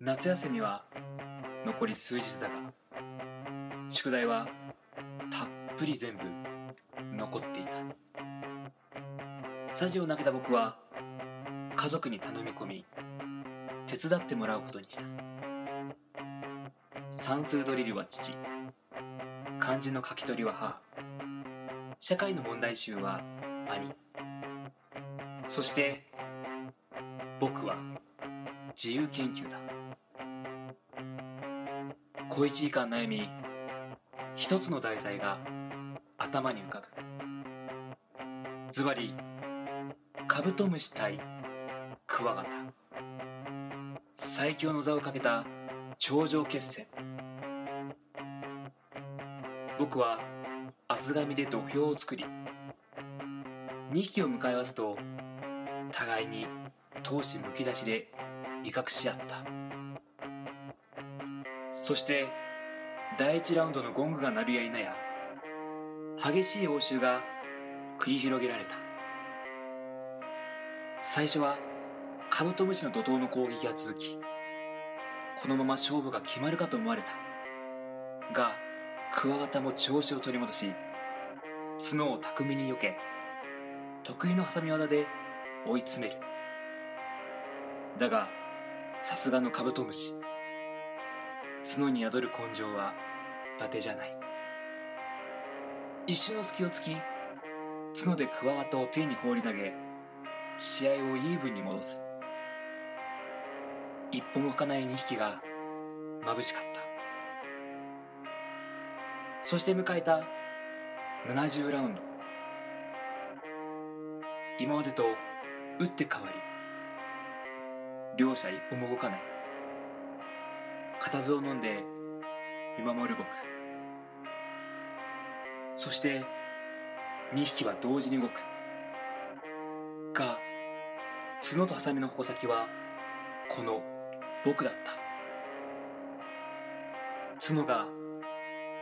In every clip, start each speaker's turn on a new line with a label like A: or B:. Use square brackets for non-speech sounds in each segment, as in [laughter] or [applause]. A: 夏休みは残り数日だが宿題はたっぷり全部残っていたさじを投げた僕は家族に頼み込み手伝ってもらうことにした算数ドリルは父漢字の書き取りは母社会の問題集は兄そして僕は自由研究だ小1時間悩み一つの題材が頭に浮かぶズバリカブトムシ対クワガタ最強の座をかけた頂上決戦僕は厚紙で土俵を作り2匹を向かい合わすと互いに闘志むき出しで威嚇し合ったそして第1ラウンドのゴングが鳴るや否や激しい応酬が繰り広げられた最初はカブトムシの怒涛の攻撃が続きこのまま勝負が決まるかと思われたがクワガタも調子を取り戻し角を巧みに避け得意の挟み技で追い詰めるだがさすがのカブトムシ角に宿る根性は伊達じゃない一瞬の隙を突き角でクワガタを手に放り投げ試合をイーブンに戻す一歩も吹かない2匹が眩しかったそして迎えた70ラウンド今までと打って変わり両者一歩も動かない固唾を飲んで見守る僕そして2匹は同時に動くが角とハサミの矛先はこの僕だった角が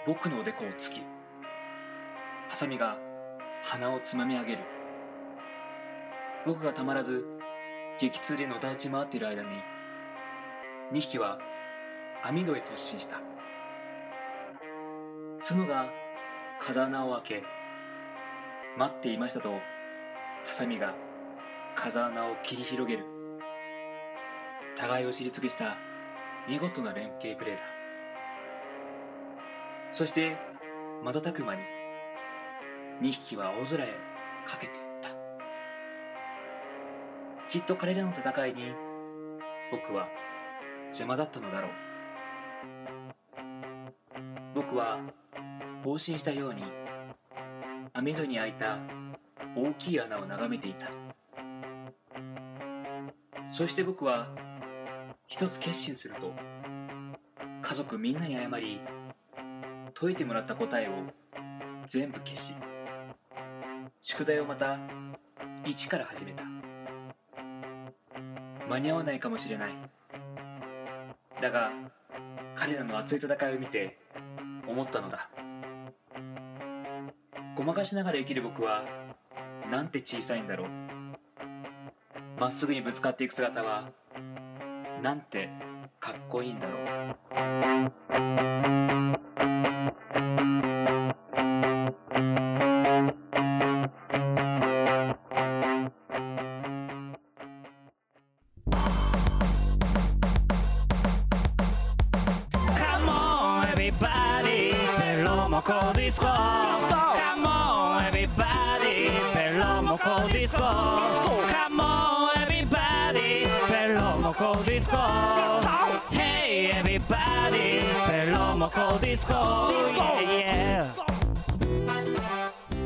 A: 僕のおでこを突きハサミが鼻をつまみ上げる僕がたまらず激痛でのたうち回っている間に2匹は網戸へ突進した角が風穴を開け待っていましたとハサミが風穴を切り広げる互いを知り尽くした見事な連携プレーだそして瞬く間に2匹は大空へかけていったきっと彼らの戦いに僕は邪魔だったのだろう僕は放心したように網戸に開いた大きい穴を眺めていたそして僕は一つ決心すると家族みんなに謝り解いてもらった答えを全部消し宿題をまた一から始めた間に合わないかもしれないだが彼らの熱い戦いを見て思ったのだごまかしながら生きる僕はなんて小さいんだろうまっすぐにぶつかっていく姿はなんてかっこいいんだろう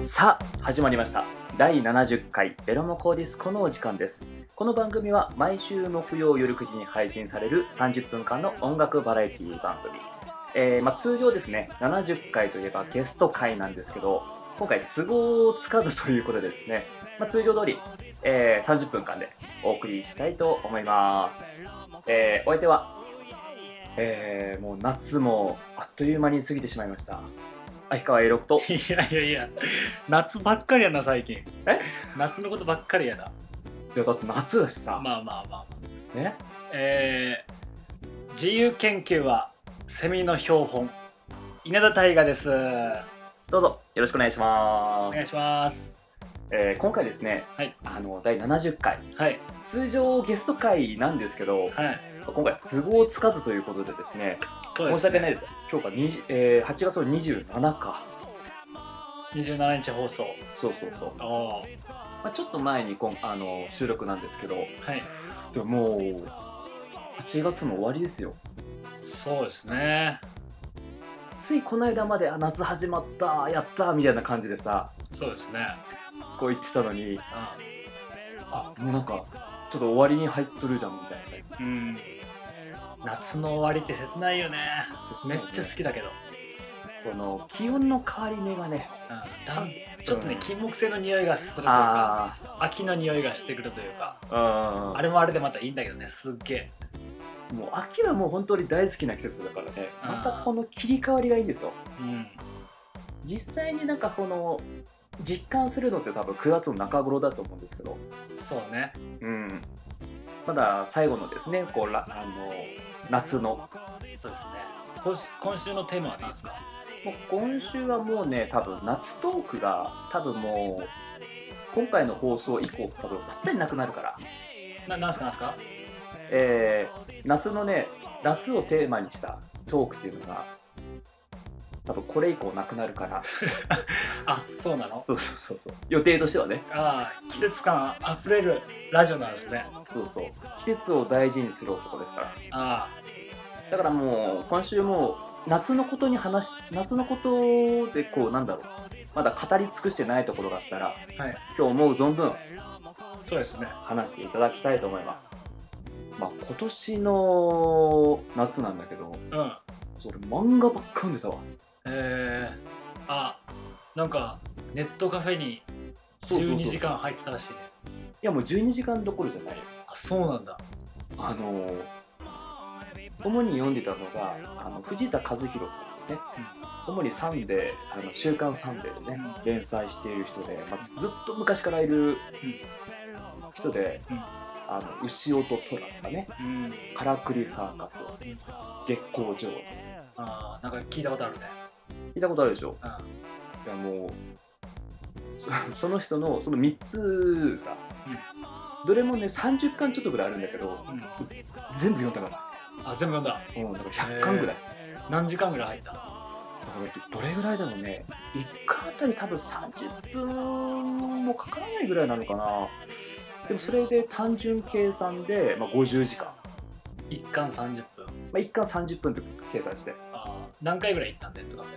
A: さあ始まりました第70回ベロモコディスコのお時間ですこの番組は毎週木曜夜9時に配信される30分間の音楽バラエティ番組、えーまあ、通常ですね70回といえばゲスト回なんですけど今回都合をつかずということでですね、まあ、通常通り、えー、30分間でお送りしたいと思います、
B: [laughs]
A: えー、お相手は、えー、もう夏もあっという間に過ぎてしまいました秋川栄六と
B: いやいやいや夏ばっかりやな最近
A: え
B: 夏のことばっかりやない
A: やだって夏だしさ、
B: まあまあまあまあ
A: ね
B: えー自由研究はセミの標本稲田大我ですお
A: どうぞよろしくお願いします、
B: 願いします
A: えー今回ですね、
B: はい
A: あの第70回
B: はい
A: 通常ゲスト回なんですけど
B: はい
A: 今回都合つかずということでですね
B: そうです、ね、
A: 申し訳ないです今日が20、えー8月の27か
B: 27日放送
A: そうそうそう、
B: お
A: ま
B: おー
A: あ、ちょっと前にこんあの収録なんですけど
B: はい
A: でももう8月も終わりですよ
B: そうですね
A: ついこの間まであ夏始まったやったみたいな感じでさ
B: そうですね
A: こう言ってたのに
B: う
A: あもうなんかちょっと終わりに入っとるじゃんみたい
B: ん、うん、夏の終わりって切ないよね
A: な
B: めっちゃ好きだけど、
A: この気温の変わり目がね
B: うんだん、ちょっとね金木犀の匂いがするというか
A: あ
B: 秋の匂いがしてくるというか
A: あ
B: あれもあれでまたいいんだけどねすっげえ
A: もう秋はもう本当に大好きな季節だからね
B: うん
A: またこの切り替わりがいいんですよ
B: うん
A: 実際になんかこの実感するのって多分9月の中頃だと思うんですけど
B: そうね
A: うんまだ最後のですねこうらあの夏の
B: そうですね今週今週のテーマは何ですか
A: もう今週はもうね多分夏トークが多分もう今回の放送以降多分ぱったりなくなるから、
B: ななんすかなんすか
A: えー夏のね夏をテーマにしたトークっていうのが多分これ以降なくなるから
B: あそうなの
A: そうそうそうそう予定としてはね
B: ああ季節感あふれるラジオなんですね
A: そうそう季節を大事にする男ですから
B: あ
A: だからもう今週もう夏のことに話し夏のことでこうなんだろうまだ語り尽くしてないところがあったら、
B: はい
A: 今日思う存分
B: あそうですね
A: 話していただきたいと思います。まあ、今年の夏なんだけど、
B: うん
A: それ漫画ばっか読んでたわ。
B: えー、あなんかネットカフェに
A: そうそうそう
B: 12時間入ってたらしいね
A: いやもう12時間どころじゃないよ。
B: あそうなんだ
A: あのー主に読んでたのがあの藤田和弘さんですね。主にサンデー、あの週刊サンデーでね、連載している人で、まあ、ずずっと昔からいる人で、
B: うん
A: あの牛音虎とかね、
B: うん
A: からくりサーカス、月光城、
B: あーなんか聞いたことあるね
A: 聞いたことあるでしょ
B: うん
A: いやもうそ [laughs] その人のその3つさ、どれもね30巻ちょっとぐらいあるんだけど
B: うん、
A: 全部読んだか
B: あ全部読んだ
A: ら,、うん、だから100巻ぐらい、
B: 何時間ぐらい入った
A: だからどれぐらいだろうね1巻あたり多分30分もかからないぐらいなのかなでもそれで単純計算で、まあ、50時間、ま
B: 一巻30分
A: あ、1巻30分って計算して
B: あー何回ぐらい行ったんだよネットカフェ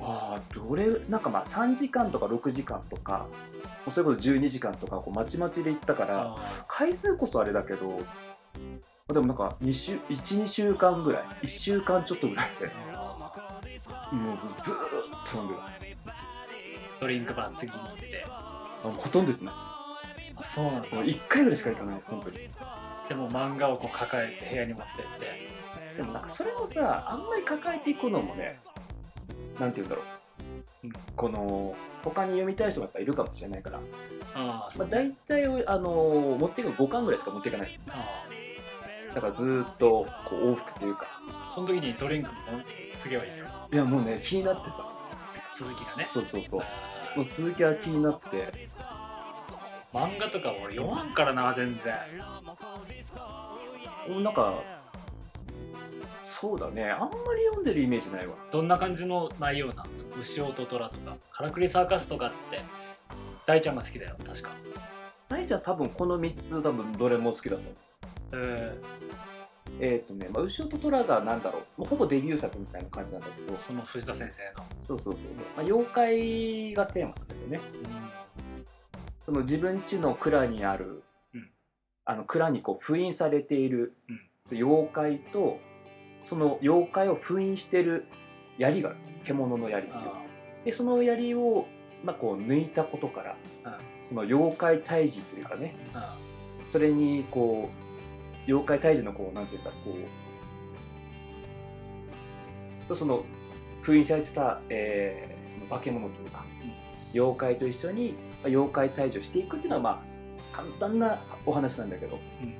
A: ああどれなんかまあ3時間とか6時間とかもうそれこそ12時間とかこうまちまちで行ったから、
B: あー
A: 回数こそあれだけどでもなんか2週12週間ぐらい1週間ちょっとぐらいで
B: あ
A: もうずーっと飲んでた
B: ードリンクバー次に行って
A: あほとんど行ってな
B: あそうなんだ
A: いもう1回ぐらいしか行かない本当に
B: でも漫画をこう抱えて部屋に持ってって
A: でもなんかそれをさあんまり抱えていくのもねなんて言うんだろう、
B: うん
A: この他に読みたい人がやっぱいるかもしれないから、
B: ああそ
A: まあ、
B: う
A: 大体あの持っていくの5巻ぐらいしか持っていかない
B: あ
A: だからずーっとこう往復っていうか
B: あその時にドリンクも飲み継げばいいじゃん
A: いやもうね気になってさ
B: 続きがね
A: そうそうそう
B: あ
A: もう続きは気になって
B: ー漫画とか俺読まんからな全然
A: なんかそうだねあんまり読んでるイメージないわ
B: どんな感じの内容なんですか牛音虎とかからくりサーカスとかって大ちゃんが好きだよ確か
A: ないちゃん多分この3つ多分どれも好きだと思う
B: え
A: えっ、とね、まあ、牛尾と虎がなんだろうもうほぼデビュー作みたいな感じなんだけど
B: ーその藤田先生の
A: そうそうそう、まあ、妖怪がテーマなんだけどねその自分家の蔵にある、
B: うん
A: あの蔵にこう封印されている
B: うん
A: 妖怪とその妖怪を封印してる槍がある獣の槍っていう
B: あ
A: でその槍を、まあ、こう抜いたことから、
B: うん
A: その妖怪退治というかね
B: ーあ
A: それにこう妖怪退治のこうなんていうかこうとその封印されてた、えー化け物というか、
B: うん
A: 妖怪と一緒にまあ妖怪退治をしていくっていうのはまあ簡単なお話なんだけど、
B: うん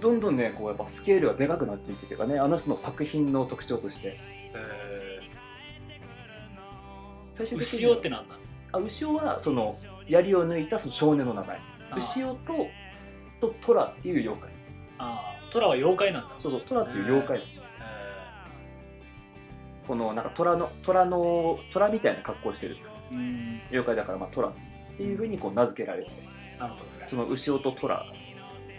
A: どんどんねこうやっぱスケールがでかくなっていくっていうかねあの人の作品の特徴として
B: え
A: 最
B: ー、
A: 終的に
B: 牛尾ってなんだ
A: あ牛尾はその槍を抜いたその少年の名前牛尾ととトラっていう妖怪
B: ああトラは妖怪なんだ
A: そうそうトラっていう妖怪、
B: え
A: このなんか虎の虎の虎みたいな格好をしてる
B: ー、うーん
A: 妖怪だからまあ虎っていうふうにこう名付けられて
B: なるほどね
A: その牛尾と虎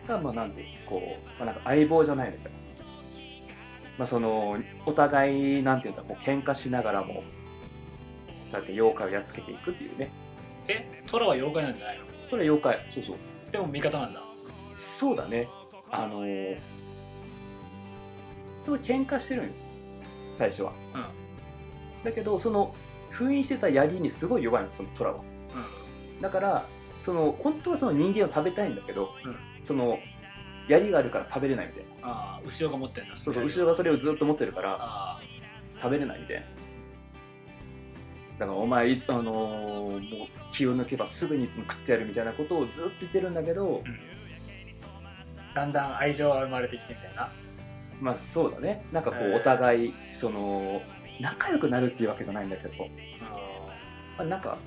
A: がまあなんでこう、まあ、なんか相棒じゃないみたいな、まあ、そのお互いなんていうんだもう喧嘩しながらもそうやって妖怪をやっつけていくっていうね
B: えトラは妖怪なんじゃないの
A: これは妖怪そうそう
B: でも味方なんだ
A: そうだねあのーすごい喧嘩してるんよ最初は、
B: うん
A: だけどその封印してた槍にすごい弱いのその虎はだからその本当はその人間を食べたいんだけど、
B: うん
A: その槍があるから食べれないみたいな
B: ああ牛尾が持ってんだ
A: そうそう後ろがそれをずっと持ってるから
B: あ
A: 食べれないみたいなだからお前いあのーもう気を抜けばすぐにいつも食ってやるみたいなことをずっと言ってるんだけど、
B: あだんだん愛情が生まれてきてみたいな
A: まあそうだねなんかこ
B: へ
A: う
B: ー
A: お互いその仲良くなるっていうわけじゃないんだけど、まあ、なんか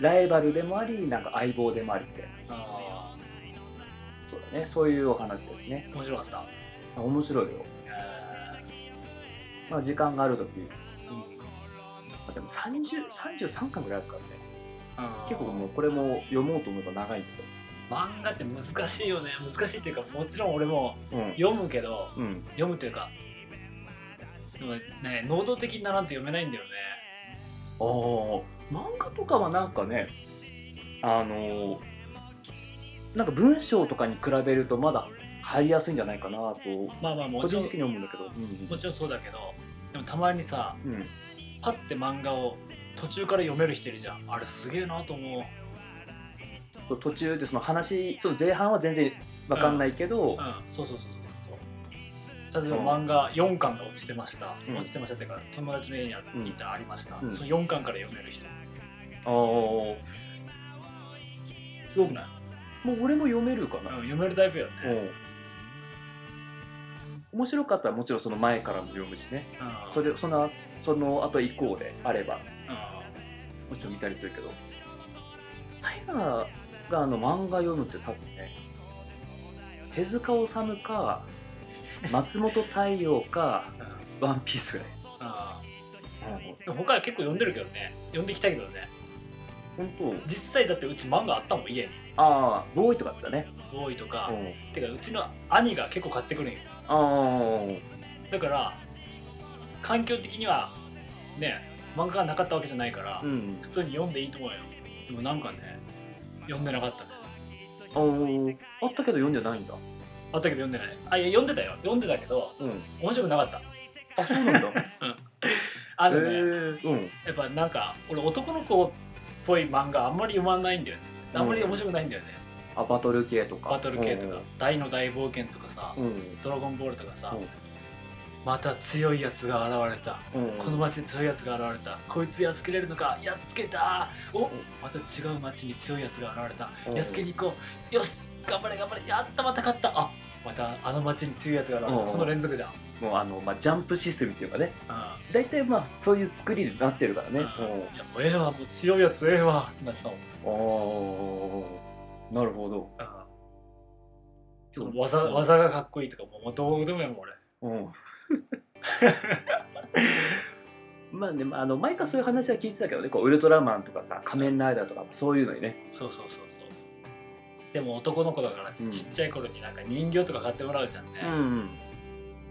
A: ライバルでもありなんか相棒でもありって
B: あ
A: そうだねそういうお話ですね
B: あ面白かった
A: あ面白いよ、
B: え
A: まあ、時間がある時
B: ーうん
A: まあでも30 33巻ぐらいあるからね
B: あー
A: 結構もうこれも読もうと思えば長いけ
B: 漫画って難しいよね難しいっていうかもちろん俺も
A: どうん
B: 読むけど
A: うん
B: 読むっていうかでもね能動的にならんと読めないんだよね
A: ああ漫画とかはなんかねあのーなんか文章とかに比べるとまだ入りやすいんじゃないかなと
B: まあまあも
A: 個
B: ちろ
A: 人
B: ん
A: 的に思うんだけど
B: もちろんそうだけどでもたまにさ
A: うん、うん、
B: パッて漫画を途中から読める人いるじゃんあれすげえなと思う
A: そう途中でその話その前半は全然わかんないけど、
B: うんそうそうそうそうそう例えば漫画4巻が落ちてました、
A: うん
B: 落ちてましたっていうか友達の家にあ
A: うん
B: いたありました、
A: うん
B: その4巻から読める人
A: ああも
B: すごくない、
A: う俺も読めるか
B: うん
A: な、、
B: 読めるタイプよね、
A: うん面白かったらもちろんその前からも読むしね
B: うん
A: それそのその後以降であれば
B: う
A: もちろん見たりするけどタイガーがあの漫画読むって多分ね手塚治虫か
B: [laughs]
A: 松本太陽か
B: んうん
A: ワンピースぐ
B: あ
A: らい、
B: ーでも他は結構読んでるけどね読んできたけどね
A: 本
B: 実際だってうち漫画あったもん家に
A: 当ああボーイとかだったね、
B: ボーイと
A: う
B: か、
A: ん、
B: てかうちの兄が結構買ってくるんよ
A: ああ
B: だから環境的にはね漫画がなかったわけじゃないから、
A: うん
B: 普通に読んでいいと思うよでもなんかね読んでなかったね
A: あーあったけど読んでないんだ
B: あったけど読んでないあいや読んでたよ読んでたけど
A: うん
B: 面白くなかった
A: あそうなんだへ
B: [laughs] あ
A: え
B: のね、
A: うん
B: やっぱなんか俺男の子っぽい漫画あんまり読まないんだよねあんまり面白くないんだよね、
A: あバトル系とか
B: バトル系とか、大の大冒険とかさ、
A: うん
B: ドラゴンボールとかさ、
A: うん
B: また強いやつが現れた
A: うん、
B: この町に強いやつが現れたこいつやっつけれるのかやっつけたお
A: ん
B: また違う町に強いやつが現れた
A: うん
B: やっつけに行こうよし頑張れ頑張れやったまた勝ったあまたあの町に強いやつが現れ
A: うん
B: たこの連続じゃん、
A: もうあの、まあ、ジャンプシステムっていうかね
B: うん
A: 大体まあそういう作りになってるからね、
B: うんいやもうええわもう強いやつええわってなってたもん、
A: おーなるほど、
B: その技技がかっこいいとかもうもうどうでもやもん俺
A: うん、 [laughs] まあね、まあ、あの前からそういう話は聞いてたけどねこうウルトラマンとかさ仮面ライダーとかそういうのにね
B: そうそうそうそうでも男の子だからち
A: うん
B: っちゃい頃になんか人形とか買ってもらうじゃんね、
A: ん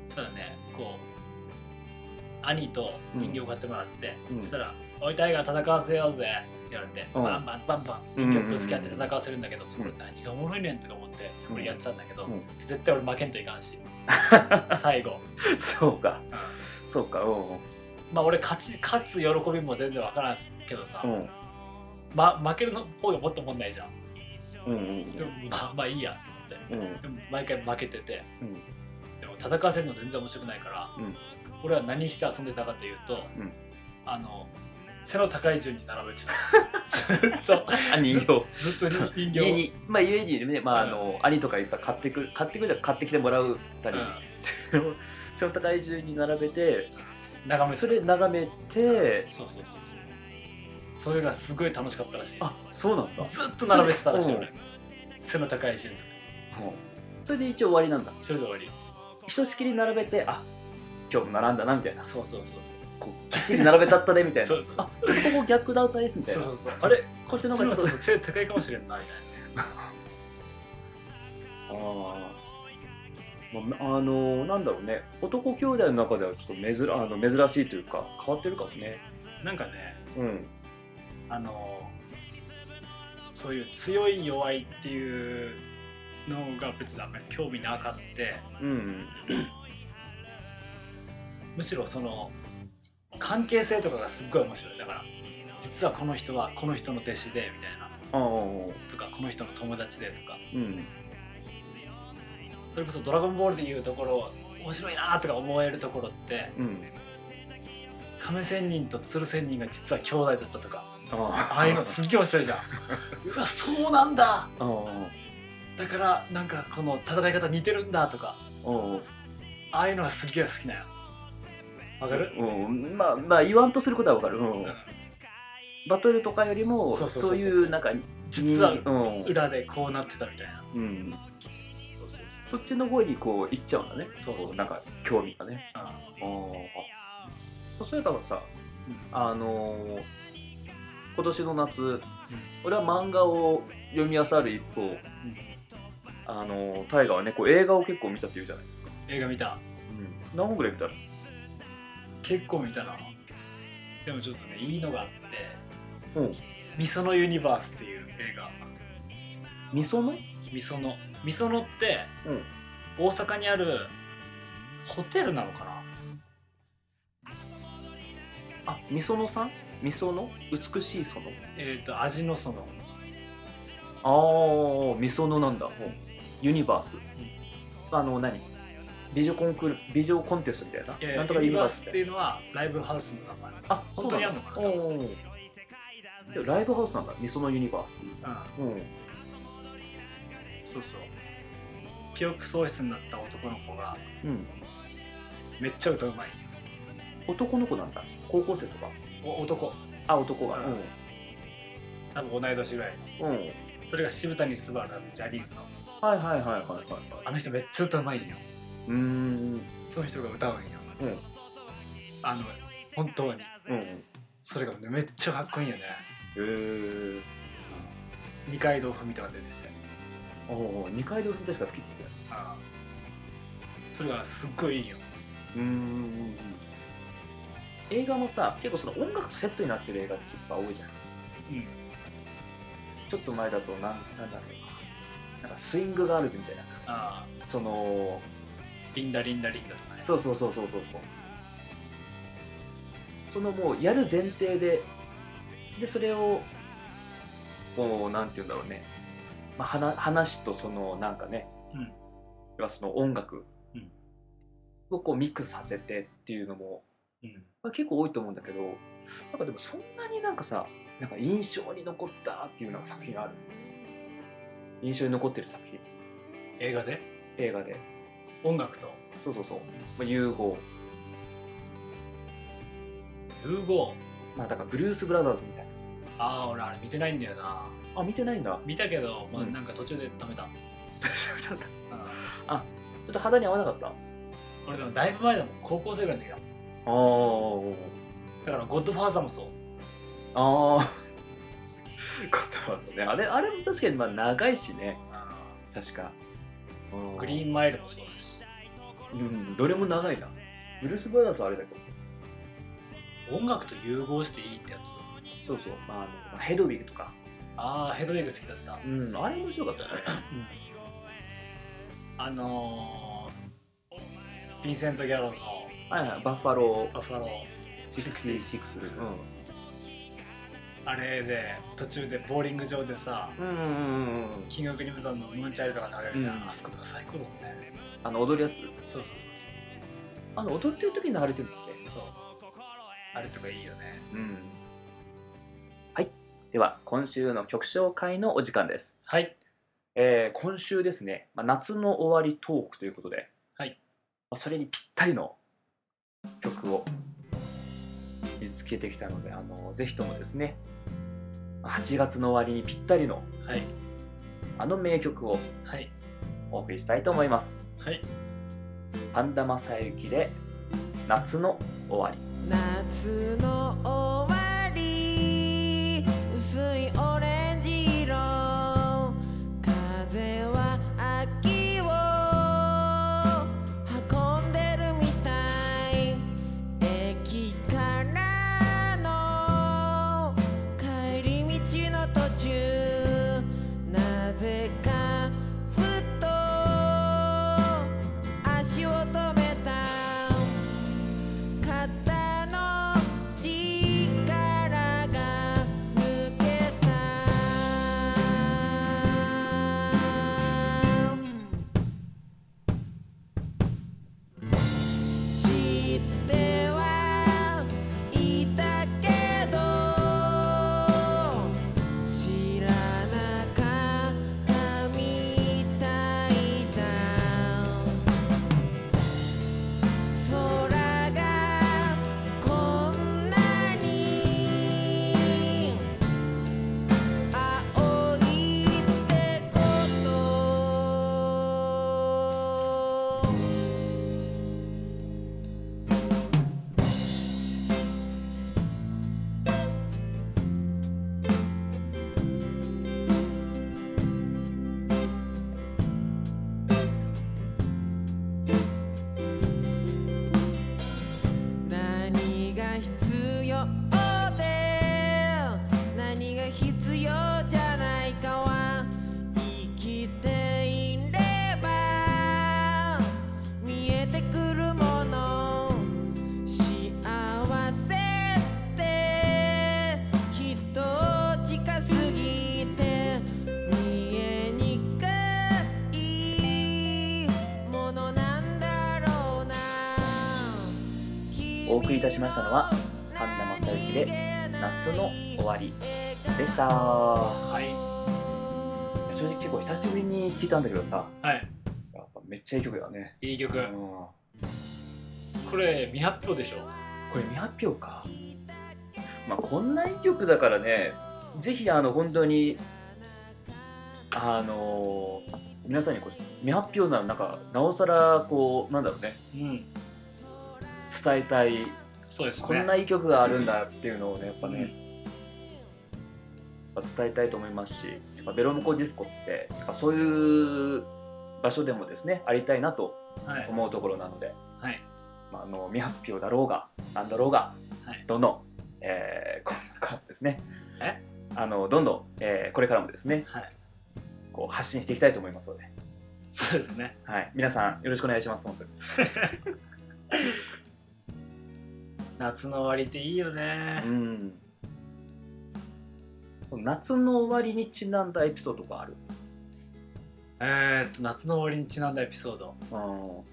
B: そしたらねこう兄と人形を買ってもらって、
A: うん
B: そしたら「おいタイガー戦わせようぜ」って言われて、
A: うん
B: バンバンバンバン人形ぶつけ合って戦わせるんだけど、そこで何がおもろいねんとか思って
A: うん
B: 俺やってたんだけど、
A: うん
B: 絶対俺負けんといかん [laughs] し最後
A: そうかそうかう
B: まあ俺勝ち勝つ喜びも全然わからんけどさ、
A: んうん
B: ま、負けるの方がもっと問題じゃん
A: うん
B: でもまあまあいいやと思って
A: うんうん
B: でも毎回負けてて
A: うん
B: でも戦わせるの全然面白くないから、
A: うん
B: 俺は何して遊んでたかというと、
A: うん
B: あの背の高い順に並べて
A: [laughs]
B: たずっと
A: あ人形
B: ずっと人形
A: 家にまあ家にね、まあ、あ
B: うん
A: の兄とかいっぱい買ってくる買ってくるじゃん買ってきてもらうたり、 [laughs] そのその高い順に並べて
B: 眺めて
A: それ眺めて
B: そうそうそうそうそれがすごい楽しかったらしい
A: あそうなんだ
B: ずっと並べてたらし
A: う
B: い
A: ん
B: 俺背の高い順とか
A: うんそれで一応終わりなんだ
B: それで終わり
A: ひとしきり並べてあ今日も並んだなみたいな
B: そうそうそうそ
A: こうきっちり並べたったねみた
B: う
A: いな
B: [laughs] そうそう
A: あここ逆だったねみたい
B: そ
A: な
B: うそうそうあれ
A: こっち
B: そ
A: の
B: の
A: 方がちょっと
B: ちょっと背高いかもしれんない
A: あー、まあ、あのなんだろうね男兄弟の中ではちょっと珍あの珍しいというか変わってるかもね
B: なんかね
A: うん
B: あのそういう強い弱いっていうのが別にあんまり興味なかって
A: うん
B: むしろその関係性とかがすっごい面白いだから実はこの人はこの人の弟子でみたいな
A: ああ
B: とかこの人の友達でとか
A: うん
B: それこそ「ドラゴンボール」でいうところ面白いなとか思えるところって
A: うん
B: 亀仙人と鶴仙人が実は兄弟だったとか
A: ああ
B: ああいうのすっげえ面
A: [laughs]
B: 白いじゃんうわそうなんだ
A: ああ
B: だからなんかこの戦い方似てるんだとか
A: うん
B: ああいうのがすっげえ好きなよわかる
A: うんまあまあ言わんとすることはわかる、うん
B: うん
A: バトルとかよりも
B: そうそう
A: そ
B: そううそう
A: いうなんか
B: 実は
A: うん
B: 裏でこうなってたみたいな
A: うん、
B: そうそうそう
A: そっちの方にこう行っちゃうんだね
B: そうそうそう
A: こなんか興味がね
B: あ
A: ああそういえばさ
B: うん
A: あのー今年の夏、俺は漫画を読み漁る一方、あのー大河はねこう映画を結構見たって言うじゃないですか、
B: 映画見た
A: 何本ぐらい見たの
B: 結構見たなでもちょっとねいいのがあって
A: うん
B: 「みそのユニバース」っていう映画
A: みその
B: みそのみそのって、
A: うん
B: 大阪にあるホテルなのかな
A: あみそのさんみその美しいその
B: えっ、と味のその
A: ああみそのなんだユニバース、あの何美女コンクール美女コンテストみたいな、
B: いやい
A: なんと
B: や
A: かユ
B: ユ
A: ニ
B: ニバ
A: バー
B: ー
A: ス
B: ス
A: っ
B: って
A: て
B: いうのはライブハウスの名前なの
A: あ
B: 本当にあんのかな
A: そうなんだおーでもライブハウスなんだみそのユニバースっていう
B: うん
A: うん
B: そうそう記憶喪失になった男の子が
A: うん、
B: めっちゃ歌うまい
A: 男の子なんだ高校生とか
B: お男
A: あ男が
B: うん多分同い年ぐらい
A: うん、はい
B: それが渋谷すばるジャニーズの
A: はいはいはいはいはい
B: あの人めっちゃ歌うまいんよ
A: うーん
B: その人が歌うんよ、
A: うん
B: あの本当に
A: うんへ
B: それがねめっちゃかっこいいよね
A: え
B: 二階堂ふみとか出てて
A: おお二階堂ふみ確か好きって言って
B: あーそれがすっごいいいよ
A: たようーん映画もさ結構その音楽とセットになってる映画って結構多いじゃん
B: うん
A: ちょっと前だとなんなんだろうななんかスイングガールズみたいなさ
B: あ
A: その
B: ーリンダリンダリンダとかね
A: そうそうそうそうそうそうそのもうやる前提ででそれをこうなんて言うんだろうね、まあ、はな話とそのなんかね、
B: うん
A: 要はその音楽
B: うん
A: をこうミックスさせてっていうのも、
B: うん
A: まあ、結構多いと思うんだけどなんかでもそんなになんかさなんか印象に残ったっていうなんか作品がある印象に残ってる作品
B: 映画で
A: 映画で
B: 音楽と
A: そうそうそう、まあ、融合
B: 融合
A: まあだからブルース・ブラザーズみたいな
B: ああ俺あれ見てないんだよな
A: あ見てないんだ
B: 見たけど、まあ、
A: うん
B: なんか途中で
A: [laughs]
B: 止めた、
A: ちょっ
B: あ
A: と肌に合わなかったあ
B: ー俺でもだいぶ前だもん高校生ぐらいの時だもん
A: あ
B: だからゴッドファーザーもそう
A: ああ [laughs] 言葉ですねあれあれも確かにまあ長いしね
B: あ
A: 確か
B: ーグリー
A: ン
B: ンマイルもそうだし
A: うんどれも長いなブルース・ブラザーズはあれだけど
B: 音楽と融合していいってやつ
A: そうそう、まあ、あのヘドウィグとか、
B: ああヘドウィグ好きだった
A: うん、あれ面白かったよね
B: あのー、ヴィンセント・ギャロの
A: はいはいバッファロ
B: バッファロー
A: ー66
B: あれで途中でボーリング場でさ
A: うんうんうんうんうん
B: キング・グリムゾンのムーンチャイルドが流れるじゃん、
A: うん
B: あそことか最高だもんね
A: あの踊るやつ
B: そうそうそ
A: あの踊ってる時に流れてるんだって
B: うそうそうあれとかいいよね
A: うんでは今週の曲紹介のお時間です、
B: はい
A: えー今週ですね、まあ、夏の終わりトークということで、
B: はい
A: まあそれにぴったりの曲を見つけてきたのであのぜひともですねまあ8月の終わりにぴったりの
B: はい
A: あの名曲を
B: はい
A: お送りしたいと思います
B: はい
A: 半田正幸で「夏の終わり」
C: 夏の終わり薄いオレンジ色風は秋を運んでるみたい駅からの帰り道の途中なぜかふと足を止めた肩の力が抜けた知ってはいたけど知らなかったみたいだ空がこんなに青いってこと何が必要で何が必要じゃないかは生きていれば見えてくるもの幸せって人近すぎて見えにくいものなんだろうな
A: お送りいたしましたのは神田正幸で夏の終わりでした正
B: はい
A: 直結構久しぶりに聞いたんだけどさ
B: はい
A: やっぱめっちゃいい曲だね、
B: いい曲
A: うんこ
B: これ未発表でしょ
A: れ未発表かまあこんないい曲だからねぜひあの本当にあの皆さんにこう未発表ならなんかなおさらこうなんだろうね
B: うん
A: 伝えたい
B: そうですね
A: こんないい曲があるんだっていうのをねやっぱね、やっぱ伝えたいと思いますしやっぱベロムコディスコってやっぱそういう場所でもですねありたいなと
B: はい
A: 思うところなので、
B: はい
A: まあ、あの未発表だろうがなんだろうが、
B: はい
A: どんどん、えー、こんな感じですね
B: え
A: あのどんどん、えーこれからもですね
B: はい
A: こう発信していきたいと思いますので、
B: そうですね
A: はい、皆さんよろしくお願いします本当に
B: 夏の終わりっていいよね
A: うん夏の終わりにちなんだエピソードがある
B: えー、っと夏の終わりにちなんだエピソード
A: うん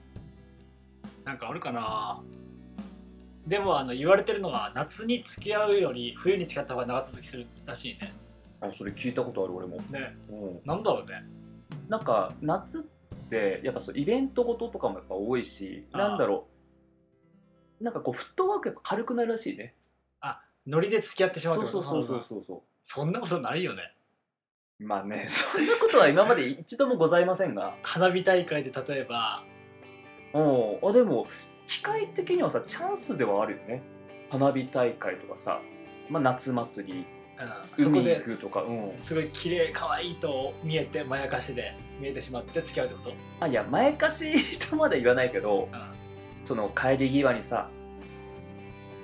B: なんかあるかなでもあの言われてるのは夏に付き合うより冬に付き合った方が長続きするらしいね
A: あそれ聞いたことある俺も、
B: ね
A: うん、
B: なんだろうね
A: なんか夏ってやっぱそうイベントごととかもやっぱ多いし
B: あー
A: なんだろうなんかこうフットワークやっぱ軽くなるらしいね
B: ノリで付き合ってしまう
A: そ
B: っ
A: う
B: てこ
A: そ
B: と
A: うそうそう
B: そ
A: そうそ
B: んなことないよね
A: うまあね [laughs] そんなことは今まで一度もございませんが
B: 花火大会で例えば
A: うんあでも機械的にはさチャンスではあるよね花火大会とかさ、まあ、夏祭り
B: うんそこ
A: 海行
B: で
A: くとかうん
B: すごい綺麗可愛いと見えてまやかしで見えてしまって付き合うってこと
A: あいやまやかしとまで言わないけど、
B: うん
A: その帰り際にさ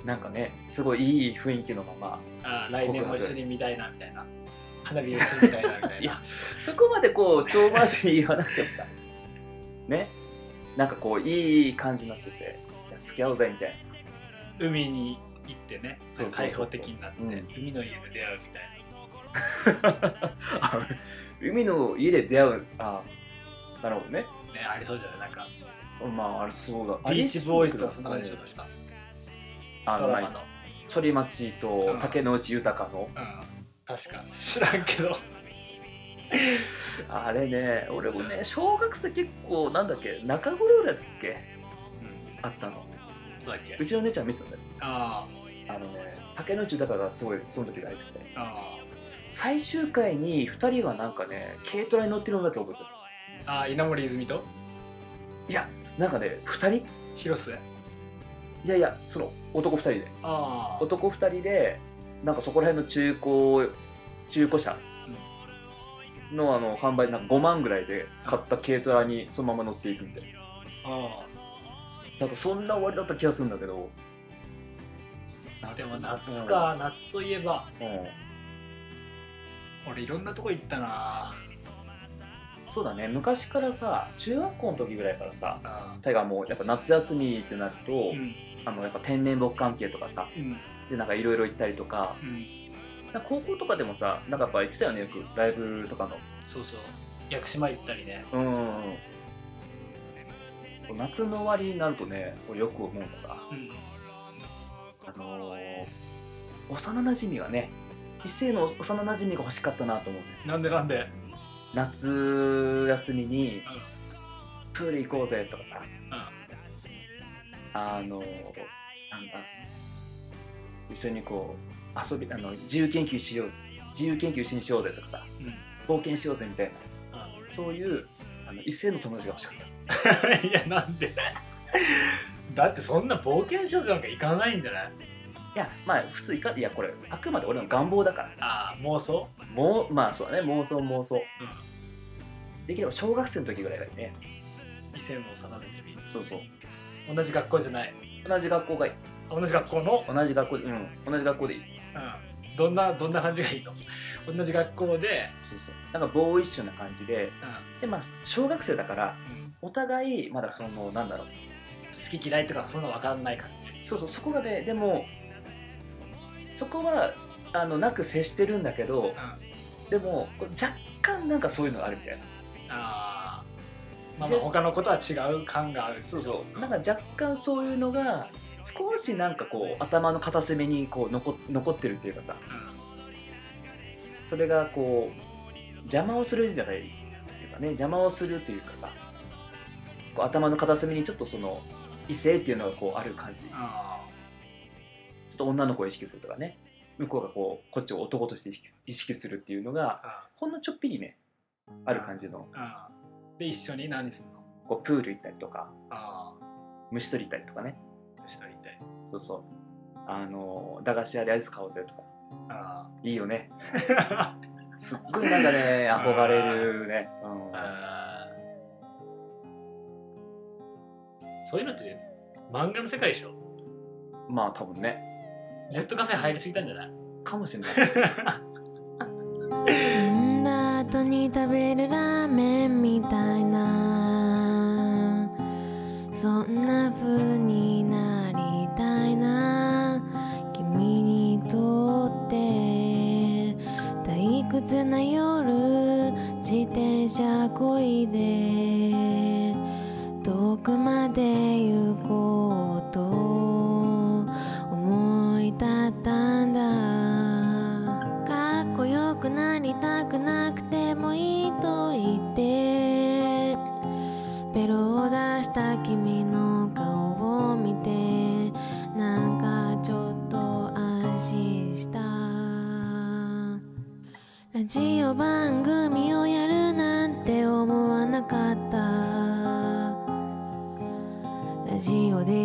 A: なんかねすごいいい雰囲気のまま
B: あー来年も一緒に見たいなみたいな花火を一緒に見たいなみたいな
A: いやそこまでこう遠回しに言わなくてもさねなんかこういい感じになってていや付き合おうぜみたいなさ
B: 海に行ってね
A: そうそうそう
B: 開放的になって、
A: うん
B: 海の家で出会うみたいな
A: あ海の家で出会うあなるほどね
B: ねありそうじゃないなんか
A: まああれそうだ
B: ビーチボーイズとかそんな感じでしょ
A: うん
B: 確か
A: あ
B: ド
A: の
B: ラマ
A: 何
B: の、
A: ちょりまちと竹野内豊の
B: うん、確か知らんけど
A: あれね俺もね小学生結構なんだっけ中頃ぐらいだっけ
B: うん
A: あったの
B: そうだっけ
A: うちの姉ちゃん見てたんだよ
B: あ
A: あのね竹野内豊がすごいその時大好きで
B: ああ
A: 最終回に2人がなんかね軽トラに乗ってるのだけ覚えてる
B: あああ稲森泉と
A: いやなんかね2人
B: 広末
A: いやいやその男2人で
B: ああ
A: 男2人でなんかそこら辺の中古中古車のあの販売でなんか5万ぐらいで買った軽トラにそのまま乗っていくみたいな
B: あ
A: なんかそんな終わりだった気がするんだけど
B: あでも夏か、夏といえば
A: うん、
B: 俺いろんなとこ行ったな
A: そうだね昔からさ中学校の時ぐらいからさ
B: あ
A: タイガーもうやっぱ夏休みってなると、
B: ーうん
A: あのやっぱ天然木関係とかさ
B: うん
A: でなんかいろいろ行ったりとか
B: うん
A: なんか高校とかでもさなんかやっぱ行ってたよねよくライブとかの
B: そうそう屋久島行ったりね
A: うんうんうん夏の終わりになるとね俺よく思うのが
B: うん
A: あのー、幼なじみがね一斉の幼なじみが欲しかったなと思うね
B: なんでなんで
A: 夏休みにプール行こうぜとかさあのなんだ一緒にこう遊びあの自由研究しよう自由研究しにしようぜとかさ
B: うん
A: 冒険しようぜみたいな、
B: う
A: そういうあの一斉の友達が欲しかった
B: [laughs] いやなんでだってそんな冒険少女なんか行かないんじゃない
A: いやまあ普通いかいやこれあくまで俺の願望だから
B: ああ妄想
A: もうまあそうだね妄想妄想、できれば小学生の時ぐらいがいいね
B: 異性の幼なじみ
A: そうそう
B: 同じ学校じゃない
A: 同じ学校がいい
B: 同じ学校の、
A: 同じ学校でうん同じ学校でいい
B: うん、どんなどんな感じがいいの同じ学校で、
A: そうそうなんかボーイッシュな感じで
B: う
A: でまあ小学生だから
B: んうん
A: お互いまだそのなんだろう
B: 好き嫌いとかそんなの分かんない感じ
A: そうそうそこがねでもそこはあのなく接してるんだけどでもこう若干なんかそういうのがあるみたいな
B: あーまあまあ他のことは違う感がある
A: そうそうなんか若干そういうのが少しなんかこう頭の片隅にこう残残ってるっていうかさそれがこう邪魔をするんじゃないっていうかね邪魔をするというかさこう頭の片隅にちょっとその異性っていうのがこうある感じちょ
B: あ
A: っと女の子を意識するとかね向こうがこうこっちを男として意識意識するっていうのが
B: あ
A: ほんのちょっぴりねある感じの
B: あで一緒に何すんの
A: こうプール行ったりとか
B: あ
A: 虫取り行ったりとかね
B: あ虫取り行ったり
A: そうそうあの駄菓子屋でアイス買おうぜとか
B: あ
A: いいよね
B: ー
A: すっごいなんかね憧れるね、うん
B: あーそういうのって漫画の世界でしょ
A: まあ多分ね
B: ネットカフェ入りすぎたんじゃない
A: かもしれない
C: 飲んだ後に食べるラーメンみたいなそんな風になりたいな君にとって退屈な夜自転車こいで遠くまで行こうと思い立ったんだかっこよくなりたくなくてもいいと言ってベロを出した君の顔を見てなんかちょっと安心したラジオ番組をやるなんて思わなかったラジオで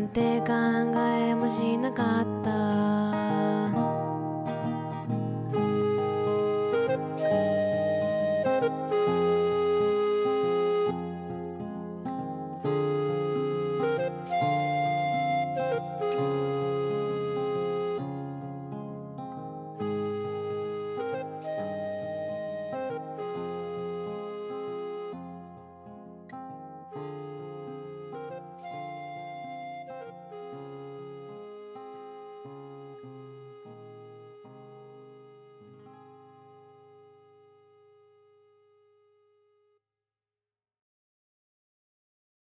C: んて考えもしなかった